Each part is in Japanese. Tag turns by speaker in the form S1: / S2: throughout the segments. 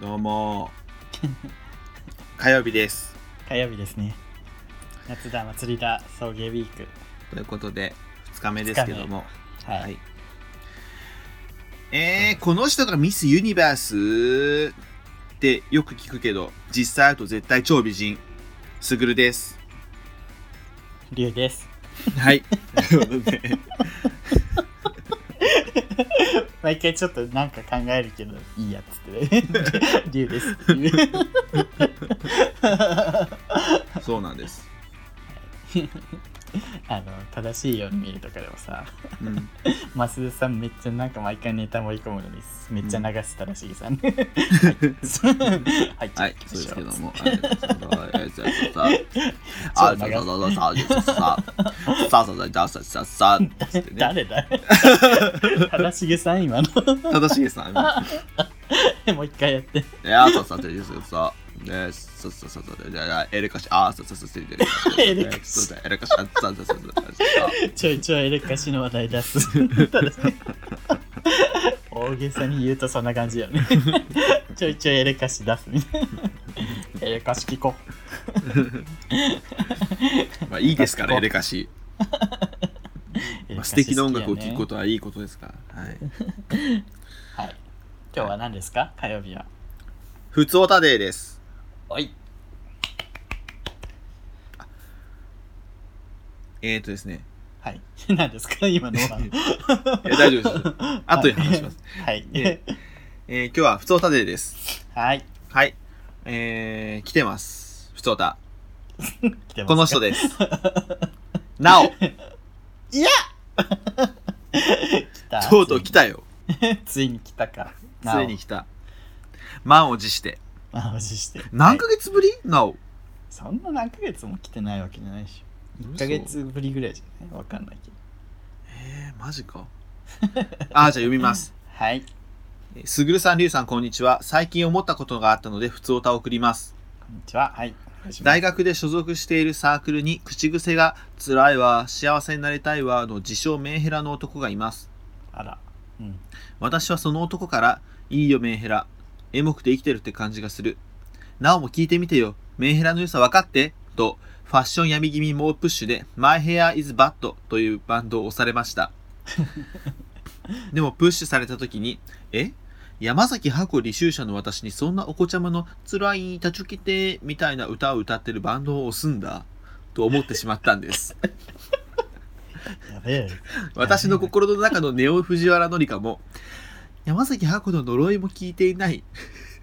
S1: どうも火曜日です
S2: 火曜日ですね夏だ祭りだ送迎ウィーク
S1: ということで2日目ですけども
S2: はい、
S1: えー、この人がミスユニバースってよく聞くけど実際会うと絶対超美人すぐるです
S2: リュウです
S1: はいということで
S2: 毎回ちょっとなんか考えるけどいいやっつってね リュウです っていう
S1: そうなんです、
S2: あの正しいように見るとかでもさ
S1: うん、
S2: 増田さんめっちゃなんか毎回ネタ盛り込むのにめっちゃ流してたらしい さんはい
S1: はいそうですけど もはいはいそうですさ
S2: そ
S1: あ
S2: う
S1: さ
S2: だ
S1: さ
S2: よ
S1: ささささささささつってね
S2: 誰だ 正しさん今の
S1: 正しいですね
S2: もう一回や って
S1: えー、朝さてですよさ。えー、ささささささエレカシ、あーさささささ
S2: エレカシ
S1: そうだエレカシ、あさささささ
S2: ちょいちょいエレカシの話題出す。 大げさに言うとそんな感じよ ね。ちょいちょいエレカシ出すみたいな。エレカシ聞こ
S1: まあいいですから、エレカシ。
S2: う。
S1: まあ、素敵な音楽を
S2: エレカシ好きや
S1: 聴
S2: ね
S1: くことはいいことですから。はい。
S2: はい。今日は何ですか火曜日は。
S1: ふつおたでーです。
S2: おい。
S1: えーとですね。
S2: はい。 何ですか今のは。
S1: えー大丈夫です。 後で話します。
S2: はい。
S1: ええー、今日はふつおたでーです。
S2: はい。
S1: はい。えー、来てます。ふつおた。
S2: 来てますか
S1: この人です。なお、
S2: いや来た。
S1: とうとう来
S2: た。
S1: たよ。
S2: ついに来たか。
S1: ついに来た。満を持して。
S2: た。マジして。
S1: 何
S2: か
S1: ヶ月ぶりなお。
S2: そんな何ヶ月も来てないわけじゃないでしょ。1ヶ月ぶりぐらいじゃないわかんないけど。
S1: えー、マジか。 あー、じゃあ読みます。
S2: はい。
S1: えーすぐるさん、りゅうさん、こんにちは。最近思ったことがあったので、普通歌を送ります。
S2: こんにちは。はい。お願いします
S1: 大学で所属しているサークルに、口癖が、辛いわ、幸せになりたいわ、の自称メンヘラの男がいます。
S2: あら。うん。
S1: 私はその男から、いいよ、メンヘラ。エモくて生きてるって感じがする。なおも聞いてみてよ。メンヘラの良さ分かって。と、ファッション闇気味猛プッシュで、My Hair is Bad というバンドを押されました。でも、プッシュされた時に、え山崎箱履修者の私にそんなお子ちゃまの辛い立ちきてみたいな歌を歌ってるバンドを押すんだと思ってしまったんです。
S2: やべえ。
S1: 私の心の中のネオ藤原紀香も山崎箱の呪いも聞いていない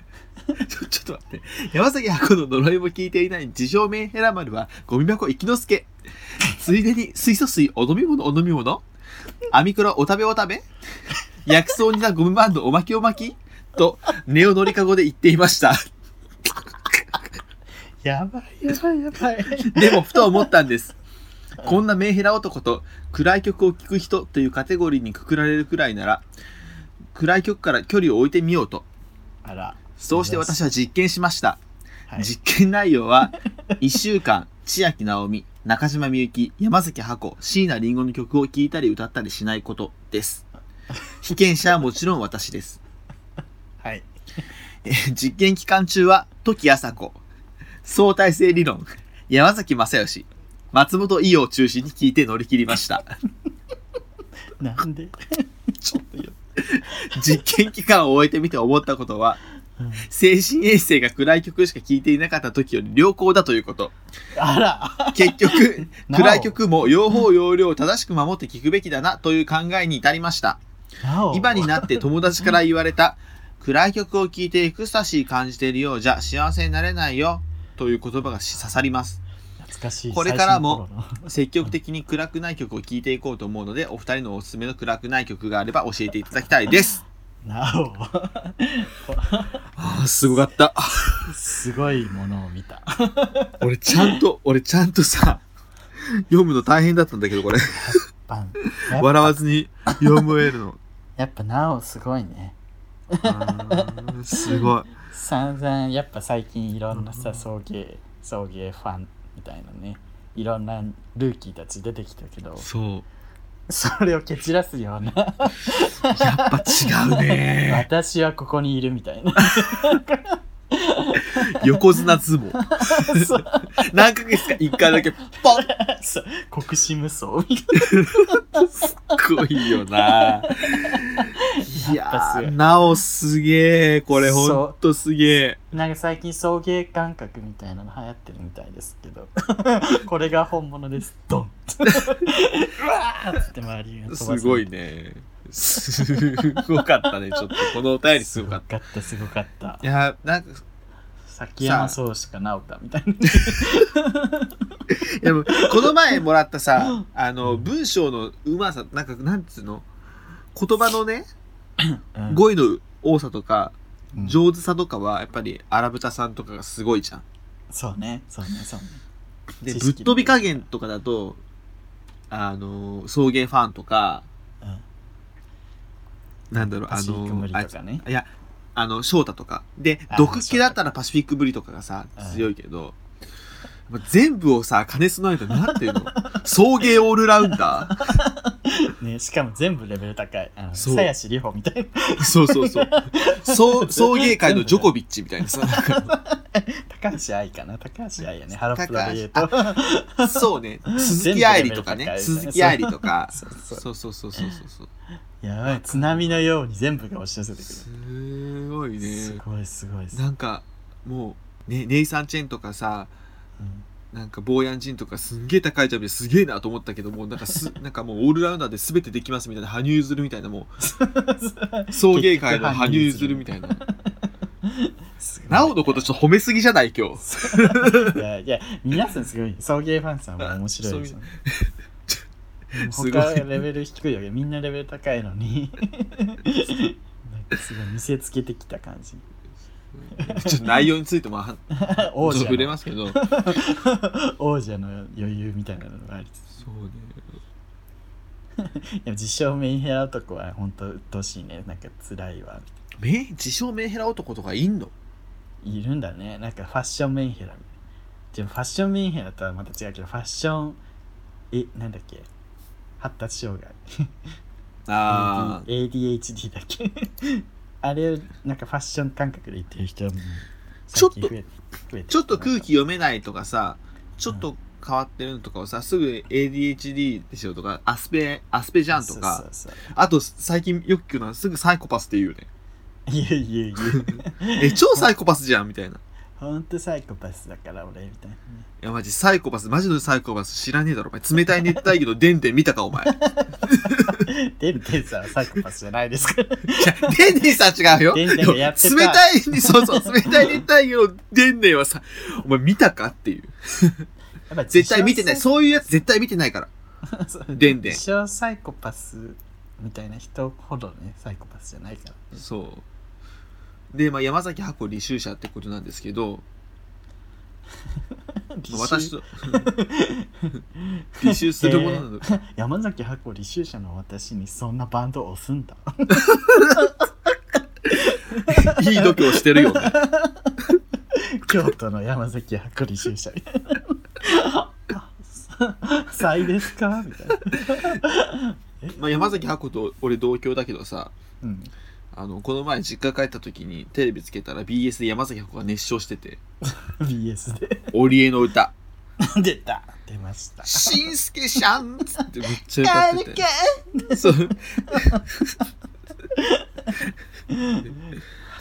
S1: ちょちょっと待って山崎箱の呪いも聞いていない自称名ヘラ丸はゴミ箱一之助ついでに水素水お飲み物お飲み物アミクラお食べお食べ薬草になゴムバンドおまきおまきとネオのりかごで言っていました
S2: やばいやばいやば い。
S1: でもふと思ったんです。こんなメンヘラ男と暗い曲を聴く人というカテゴリーにくくられるくらいなら暗い曲から距離を置いてみようと
S2: あら。
S1: そうして私は実験しました、
S2: はい。
S1: 実験内 容は1週間千秋直美中島みゆき山崎箱椎名林檎の曲を聴いたり歌ったりしないこと です被験者はもちろん私です
S2: はい。
S1: えー 実験期間中は時朝子相対性理論山崎正義松本伊代を中心に聞いて乗り切り ました
S2: なんでちょっとよ。
S1: 実験期間を終えてみて思ったことは
S2: うん
S1: 精神衛生が暗い曲しか聴いていなかった時より良好だという こと
S2: あら。
S1: 結局
S2: なお
S1: 暗い曲も両方要領を正しく守って聴くべきだなという考えに至りました
S2: なお。
S1: 今になって友達から言われた暗い曲を聴いてエクスタシー感じているようじゃ幸せになれないよという言葉が刺さります
S2: 懐かしい。
S1: これから
S2: 最
S1: も
S2: 新の頃の。
S1: 積極的に暗くない曲を聴いていこうと思うのでお二人のおすすめの暗くない曲があれば教えていただきたいです
S2: な
S1: ああすごかったあ
S2: お。すごいものを見た。
S1: 俺ちゃんと俺ちゃんとさ読むの大変だったんだけどこれ
S2: バン。
S1: 笑わずに読むえるの
S2: やっぱなおすごいね。
S1: あーすごい
S2: 散々やっぱ最近いろんなさ
S1: うん
S2: 送迎送迎ファンみたいなねいろんなルーキーたち出てきたけど
S1: そう
S2: それを蹴散らすような
S1: やっぱ違うね。
S2: 私はここにいるみたいな
S1: 横綱相撲。
S2: そう
S1: 何ヶ月か一回だけポン
S2: そう国士無双みたい
S1: すっごいよな。いや
S2: やっぱすごい
S1: ー、なおすげえ。これほんとすげえ。
S2: ななんか最近送迎感覚みたいなの流行ってるみたいですけ どこれが本物ですドンうわーっつって周りが飛ばさ
S1: す
S2: れて
S1: ごいね。すごか ったね。ちょっとこのお便りすごかっ
S2: すごかったすごかった
S1: た。いやー、なんか、
S2: 崎山宗しか直ったみたいな
S1: でもこの前もらった さ、あの、文章のうまさ、なんか、なんつうの、言葉のね、
S2: うん
S1: 語彙の多さとか、
S2: うん
S1: 上手さとかは、やっぱり、アラブタさんとかがすごいじゃん。
S2: そうねそうねそうね
S1: で、
S2: 知
S1: ぶっ
S2: 識
S1: 飛び加減とかだと、あの、送迎ファンとか、
S2: うん
S1: なんだろう、あ
S2: パシフィック
S1: の
S2: 無、理
S1: あい
S2: と
S1: つ
S2: かね
S1: いや、あの、翔太とか。で
S2: あ、
S1: 毒気だったらパシフィックブリとかがさ
S2: う、ん
S1: 強いけど、まあ全部をさ、兼ね備えた、なんていうの送迎オールラウンダ
S2: ねしかも全部レベル高いあの
S1: そう
S2: 久石里穂みたいな
S1: ーそうそうそう。そう送迎界のジョコビッチみたいなさ、
S2: 高橋愛かな高橋愛やねハロプ
S1: 高
S2: ロ
S1: 橋
S2: で言うと
S1: そうね、鈴木愛理とかね、
S2: 全部レベル高い
S1: 鈴木愛理とか、
S2: そうそう
S1: そうそうそうそうそうそう。
S2: やばい津波のように全部が押し寄せてく
S1: すごい
S2: るす
S1: ね。
S2: ごいすごいすごい
S1: なんか、もう、ね、ネイサン・チェンとかさ、
S2: うん
S1: なんかボーヤンジンとかすんげえ高いジャンプですげえなと思ったけどもうなんかすなんかもうオールラウンダーで全てできますみたいな羽生結弦みたいなもう送迎会の羽生結弦みたいな
S2: すごい
S1: なおのことちょっと褒めすぎじゃない今
S2: い
S1: 日
S2: やいや皆さんすごい送迎ファンさんも面白いですよね
S1: そう
S2: 他
S1: いう
S2: はレベル低いよねみんなレベル高いのになんかすごい見せつけてきた感じ
S1: ちょっと内容についてもは
S2: 王
S1: ちょっと
S2: 者
S1: 触れま
S2: の
S1: すけどそう
S2: 王者の余裕みたいなのがありつつ
S1: ね
S2: いや自称メンヘラ男は本当鬱陶しいねなんか辛いわ
S1: 名自称メンヘラ男とかいんの
S2: いるんだねなんかファッションメンヘラみたいなでもファッションメンヘラとはまた違うけどファッションえなんだっけ発達障害
S1: ああ
S2: ADHD だっけ あれをなんかファッション感覚で言ってる人も
S1: ちょっと
S2: 最近増え増えてきた
S1: ちょっと空気読めないとかさちょっと変わってるのとかをさすぐ ADHD でしょとかアスペアスペジャンとか
S2: そうそうそう
S1: あと最近よく聞くのはすぐサイコパスって言うよね
S2: 言う言 う言う
S1: え超サイコパスじゃんみたいな。
S2: ほんとサイコパスだから俺みたいなね
S1: いやマジサイコパスマジのサイコパス知らねえだろお前冷たい熱帯魚のデンデン見たか お前い
S2: デンデンさんはサイコパスじゃないですから
S1: やデンデンさん違うよ
S2: デンデンがやってた
S1: 冷たいにそうそう冷たい熱帯魚のデンデンはさお前見たかっていう絶対見てない
S2: そう
S1: そういうやつ絶対見てないからデンデン
S2: 自称サイコパスみたいな人ほどねサイコパスじゃないから
S1: そうで、まあ、山崎箱履修者ってことなんですけど、まあ私と履修するものなの、
S2: 山崎箱履修者の私にそんなバンドを押すんだ
S1: いい度胸してるよね
S2: 京都の山崎箱履修者みたいな 才ですかみたいな、
S1: まあ、山崎箱と俺同郷だけどさ
S2: うん、
S1: あのこの前実家帰った時にテレビつけたら BS で山崎箱が熱唱してて
S2: BS で
S1: 「織江の歌
S2: 出た出まし」た
S1: 「しんすけしゃん」っつってめっちゃ歌っててそう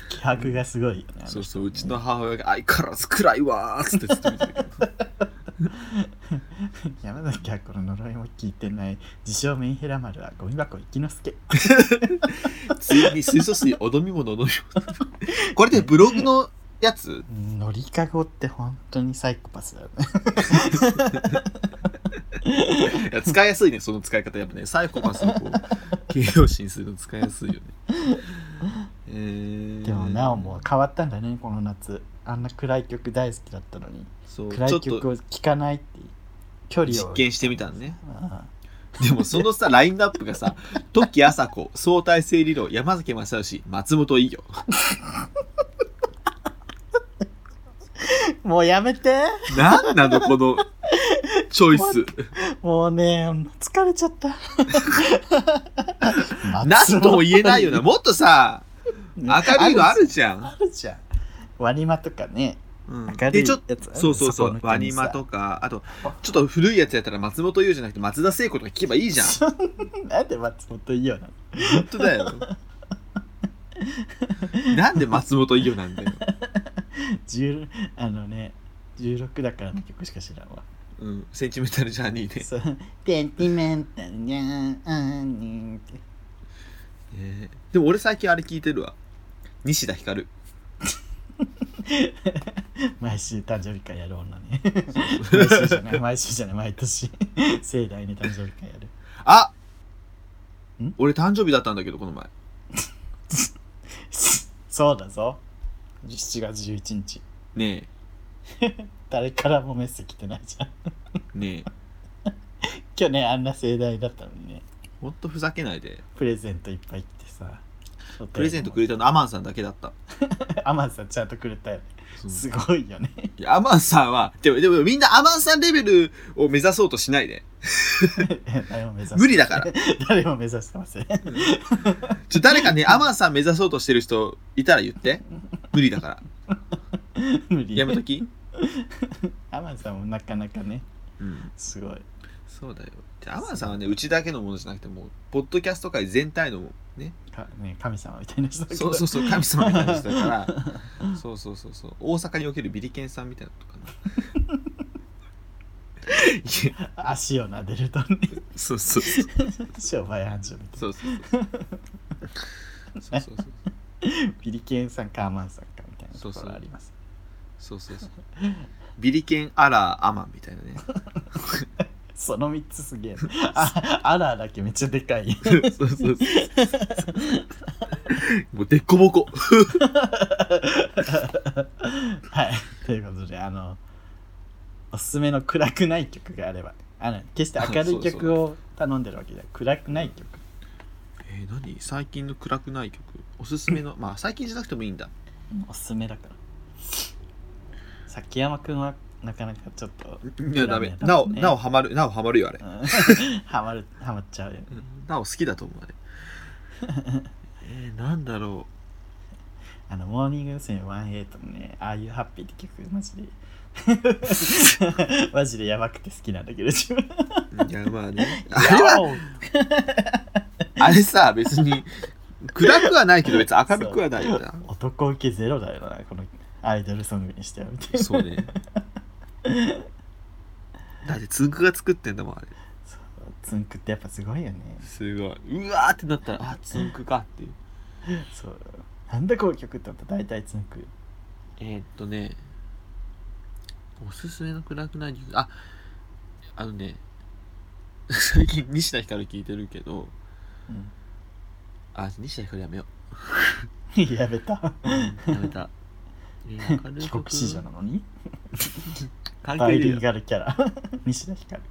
S2: 気迫がすごいよね
S1: そうそううちの母親が「相変わらず暗いわ」っつってずっと見てるけど
S2: 山崎はこの呪いも聞いてない自称メンヘラ丸はゴミ箱一之助
S1: ついに水素水お飲み物飲み物これでブログのやつ
S2: 乗りかごって本当にサイコパスだよね
S1: いや使いやすいねその使い方やっぱねサイコパスのこう形容詞にするの使いやすいよねえー、
S2: でもなおも変わったんだねこの夏あんな暗い曲大好きだったのに
S1: そうちょ
S2: 暗
S1: っ
S2: い
S1: と
S2: 曲を聴かないっていう距離を
S1: 実験してみたのね
S2: あ
S1: でもそのさ、ラインナップがさ、トキアサコ、相対性理論、山崎正義、松本伊代。
S2: あもうやめて
S1: なんなのこの、チョイス。
S2: もうね、疲れちゃ った。
S1: なんとも言え ないよな。もっとさ、
S2: 明
S1: 明るいのあるじゃん。
S2: あるじゃん。ワニマとかね。
S1: うん
S2: 明るいや
S1: で、ち
S2: つ
S1: ょっと、そうそうそう、ワニマとか、あと、ちょっと古いやつやったら松本優じゃなくて松田聖子とか聞けばいいじゃん。
S2: ゃん。なんで松本伊代なの
S1: 本当だよ。なんで松本伊代なんだよ。
S2: 10あのね、16だからの曲しか知らんわ。
S1: うん、センチメンタルジャーニーで。
S2: そう。テンティメンタルニャーンって。
S1: えーでも俺最近あれ聞いてるわ。西田ひかる。
S2: 毎週誕生日会やる女 ね。毎週じゃない、毎週じゃない、毎年。盛大に誕生日会やる。
S1: あ
S2: ん
S1: 俺誕生日だったんだけど、この前。
S2: そうだぞ。7月11日。
S1: ね
S2: 誰からもメッセージ来てないじゃん。
S1: え、ねえ、
S2: 去年あんな盛大だったのにね。
S1: ほんとふざけないで。
S2: プレゼントいっぱい来てさ。
S1: プレゼントくれたのアマンさんだけだった。
S2: アマンさんちゃんとくれたよね。
S1: うん
S2: すごいよ ね。
S1: いやアマンさんは、でも、でもみんなアマンさんレベルを目指そうとしないで。
S2: 誰も目指して
S1: 無理だから。
S2: 誰も目指してません。
S1: ちょ誰かね、アマンさん目指そうとしてる人いたら言って。無理だから。
S2: 無理。
S1: やめとき。
S2: アマンさんもなかなかね、
S1: うん。
S2: すごい。
S1: そうだよ。でアマンさんはね、うちだけのものじゃなくて、もう、ポッドキャスト界全体のも、ね。
S2: かね、神様みたいな人だけ
S1: そ
S2: ど
S1: うそうそう、神様みたいな人だ から、そうそうそうそう、大阪におけるビリケンさんみたいなことかな。いや
S2: 足を撫でるとね、
S1: そうそうそう
S2: 商売繁盛みたい
S1: そうそうそうそうそう
S2: な。ビリケンさんかアマンさんかみたいなところあります。
S1: そうそうそうビリケンアラーアマンみたいなね
S2: その3つすげえな。あ、あらだけめっちゃでかい。
S1: そうそうそう もうでっこぼこ
S2: はい。ということで、あの、おすすめの暗くない曲があれば、あの、決して明るい曲を頼んでるわけじゃない暗くない曲。
S1: えー、何最近の暗くない曲おすすめのまあ最近じゃなくてもいいんだ
S2: おすすめだから。崎山くんはなかなかちょっと、
S1: いやダメなおなおハマるなおハマるよあれ
S2: うん ハマる、ハマっちゃうよ。
S1: うんなお好きだと思うあ れえー、なんだろ
S2: あの、モーニング娘。18のね、ああいうハッピーって曲、マジで。 マジでやばくて好きなんだけど、自分。
S1: ういやまあねあれはあれさ別に暗くはないけど別に明るくはないよな
S2: 男受けゼロだよな、このアイドルソングにしてはみたいな。
S1: そうねだってつんくが作ってんだもんあれ
S2: そうつんくってやっぱすごいよね
S1: すごいうわーってなったらあつんくかっていう
S2: そうなんだこの曲って思ったら大体つんく
S1: えー、っとねおすすめの暗くない曲ああのね 最近西田ひかる聞いてるけど
S2: うん
S1: あ西田ひかるやめよう
S2: やめた
S1: やめ た。
S2: 帰国子女なのに
S1: 関
S2: バ
S1: 係
S2: イ
S1: ねえ
S2: リン
S1: よ。
S2: ガルキャラ西田ひかる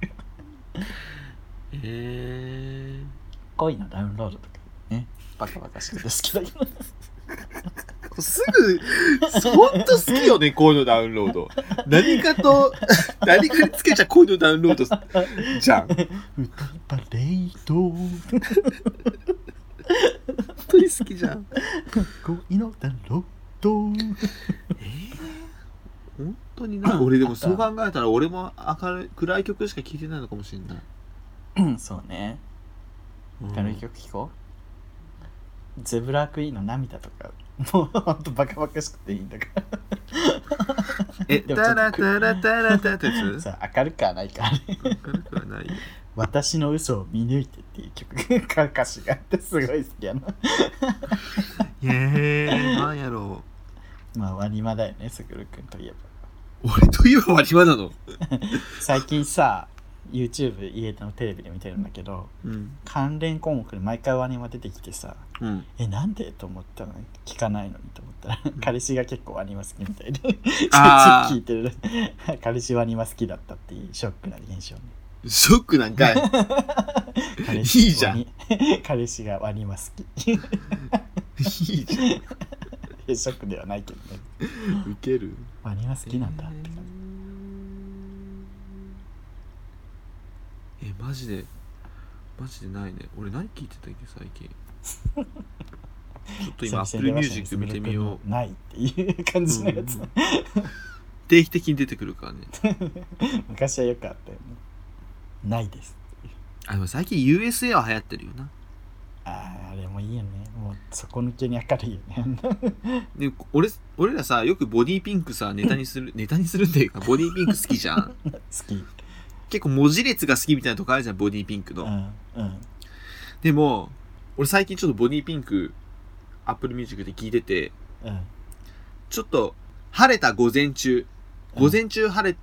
S1: えー、
S2: 恋のダウンロードとかねバカバカしくて好きだけど
S1: すぐ、ほんと好きよね、こういうのダウンロード。何かと、何かにつけちゃこういうのダウンロードじゃん。本
S2: 歌パレード
S1: 当に好きじゃん。
S2: 恋のダウンロー
S1: 本当にな。俺でもそう考えたら、俺も明るい、暗い曲しか聴いてないのかもしれない。
S2: ドうんそうね明るい曲聴こう、ゼブラークイーンの涙とかもうほんとバカバカしくていいんだから
S1: え、
S2: でもちょっと
S1: タラタラタラタラってやつ
S2: さあ明るくはないからね
S1: 明るくはないよ。
S2: 私の嘘を見抜いてっていう曲が歌詞があってすごい好きやな
S1: えー、なんやろ
S2: まあワニマだよねすぐるくんといえば
S1: う。俺といえば割り場なの。
S2: 最近さ YouTube 家のテレビで見てるんだけど
S1: うん。
S2: 関連項目で毎回ワニマ出てきてさ
S1: うん。
S2: えなんでと思ったの聞かないのにと思ったら
S1: ん
S2: 彼氏が結構ワニマ好きみたいで ちょっと
S1: あー
S2: 聞いてる彼氏ワニマ好きだったっていうショックな現象ね
S1: ショックなん かい。
S2: 彼氏
S1: いいじゃ
S2: ワ
S1: ん
S2: ニ 彼氏がワニマ好き
S1: いいじゃ
S2: ショックではないけどね
S1: ん。ウケる。
S2: ワニマ好きなんだって感じ
S1: えーえマジでマジでないね俺何聞いてたっけ最近ちょっと今 Apple Music 見てみよう
S2: ないっていう感じのやつ、
S1: うん定期的に出てくるからね
S2: 昔はよくあったよねないです
S1: あでも最近 USA は流行ってるよな
S2: あーあれもいいよねもう底抜けに明るいよね
S1: で俺俺らさよくボディーピンクさネタにするネタにするっていうかボディーピンク好きじ ゃん
S2: 好き
S1: 結構文字列が好きみたいなとこあるじゃんボディーピンクの、
S2: うんうん
S1: でも俺最近ちょっとボディーピンク Apple Music で聞いてて
S2: うん
S1: ちょっと晴れた午前中
S2: うん
S1: 午前中晴れ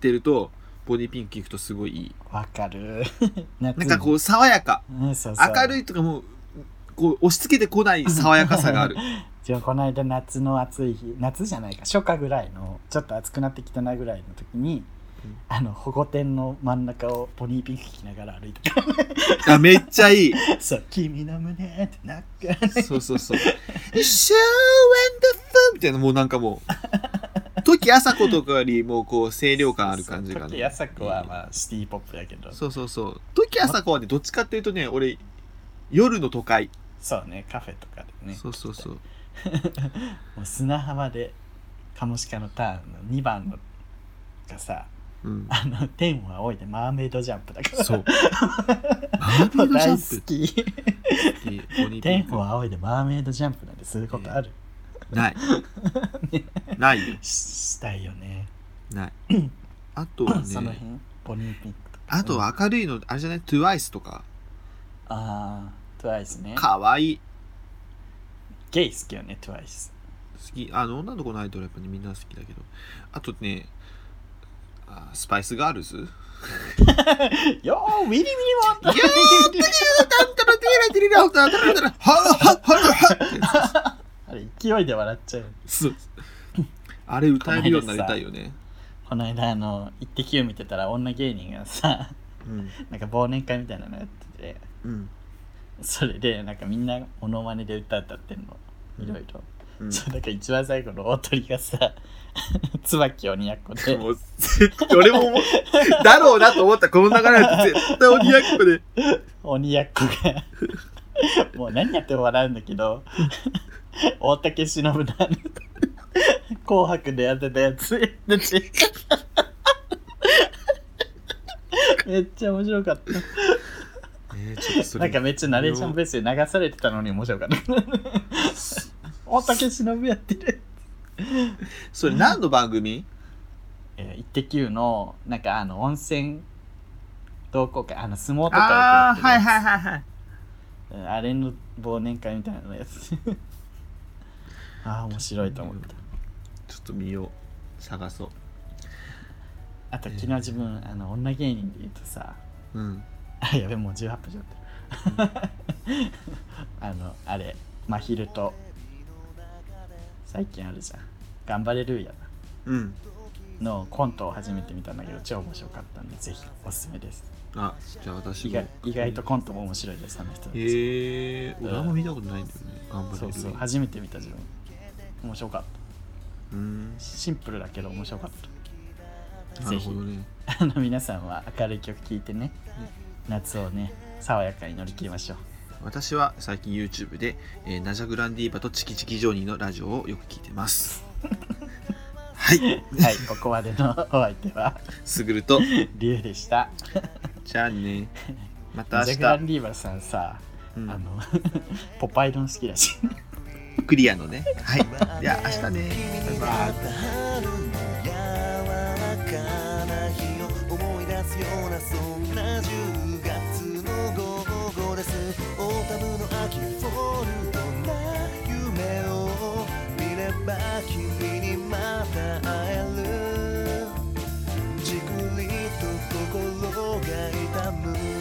S1: てると、ボディーピンク聞くとすごいいい
S2: わか る
S1: なんかこう爽やか
S2: うん、そうそう
S1: 明るいとかもうこう押し付けてこない爽やかさがある
S2: じゃあこの間夏の暑い日夏じゃないか初夏ぐらいのちょっと暑くなってきたなぐらいの時に、
S1: うん
S2: あの保護点の真ん中をボニーピンク聞きながら歩いてた
S1: あめっちゃいい
S2: そう「君の胸」ってなんか
S1: そうそうそう。一緒 and the fun! みたいな、もうなんかもう、時朝子とかよりもこう清涼感ある感じが
S2: そう
S1: ね。
S2: 時あさこはまあシティポップだけどそ
S1: そうそうそう。時朝子はね、どっちかっていうとね、俺、夜の都会。
S2: うねカフェとかでね
S1: そうそうそう。
S2: もう砂浜でカモシカのターンの2番のがさ
S1: うん。
S2: あの天を仰いでマーメイドジャンプだから
S1: そう。マーメイドジャ
S2: 大
S1: ンプ
S2: 好き
S1: って、ボニーピン
S2: 天
S1: ク
S2: を仰いでマーメイドジャンプなんてすることある、
S1: ない。ないよ。
S2: ししたいよね。
S1: ない。あとは
S2: その
S1: ね、
S2: 辺、ボニーピンクとか。
S1: あとは明るいの、あれじゃない ?TWICE とか。
S2: ああ、トゥワイスね。
S1: かわいい。
S2: ゲイ好きよね、トゥワイス。
S1: 好きあの女の子のアイドルやっぱりみんな好きだけどあとねあスパイスガールズ
S2: よー、ウィリウィリモン
S1: いやーってなんたらてらてらほたらたらたらはははは
S2: あれ、勢いで笑っちゃう。
S1: あれ歌えるようになりたいよね
S2: この間、あの、イッテ Q 見てたら、女芸人がさ、
S1: うん
S2: なんか忘年会みたいなのやってて、
S1: うん
S2: それで、なんかみんなモノマネで歌歌ってんの。
S1: うん
S2: いろいろ。
S1: うん
S2: そう、なんか一番最後の大鳥がさ、 椿鬼奴で、
S1: もう絶対俺も思うだろうなと思ったこの流れだと絶対鬼役で
S2: 鬼奴が もう何やっても笑うんだけど 大竹しのぶだ「紅白」でやってたやつ だってめっちゃ面白かっ
S1: えー、ちょっと
S2: た
S1: そ
S2: な
S1: れ
S2: んかめっちゃナレーションベースで流されてたのに面白かった 大竹しのぶやってる
S1: それ何の番組
S2: 「えーイッテ Q!」のなんかあの温泉同好会あの相撲とか
S1: ああ
S2: よくやってるや
S1: はい
S2: つ
S1: はいはいはい
S2: うんあれの忘年会みたいなのやつ ああ面白いと思った
S1: ちょっと見よう探そ
S2: あと昨日自分あの女芸人で言うとさ
S1: ううん
S2: あやべもう18分じゃ った、あのあれ真昼と最近あるじゃん「頑張れルーヤ
S1: うん」
S2: のコントを初めて見たんだけど超面白かったんでぜひおすすめです
S1: あじゃあ
S2: 意
S1: 私も
S2: 外意外とコントも面白いですあの人たち
S1: へえー、俺あんま見たことないんだよね。頑張れる。
S2: そうそう初めて見た自分面白かっ
S1: うーん
S2: た。シンプルだけど面白かった
S1: なるほどね。
S2: あの皆さんは明るい曲聴いてね夏をね爽やかに乗り切りましょう
S1: 私は最近 YouTube で、えーナジャグランディーバとチキチキジョニーのラジオをよく聞いて ます。はい、
S2: はいここまでのお相手は
S1: すぐると、
S2: リュウでした
S1: じゃあね。また
S2: ジ
S1: 明
S2: ャグラ
S1: 日
S2: ン、リーバーさんさ、
S1: うん
S2: あの ポパイドン好きだし
S1: クリアのね。はい、 じゃあ明日ね。バイバイ。
S3: 春の柔らかな日を思い出すようなそんな10月の午後ですオータムの秋フォルトな夢を見れば君にまた会えるじくりと心が痛む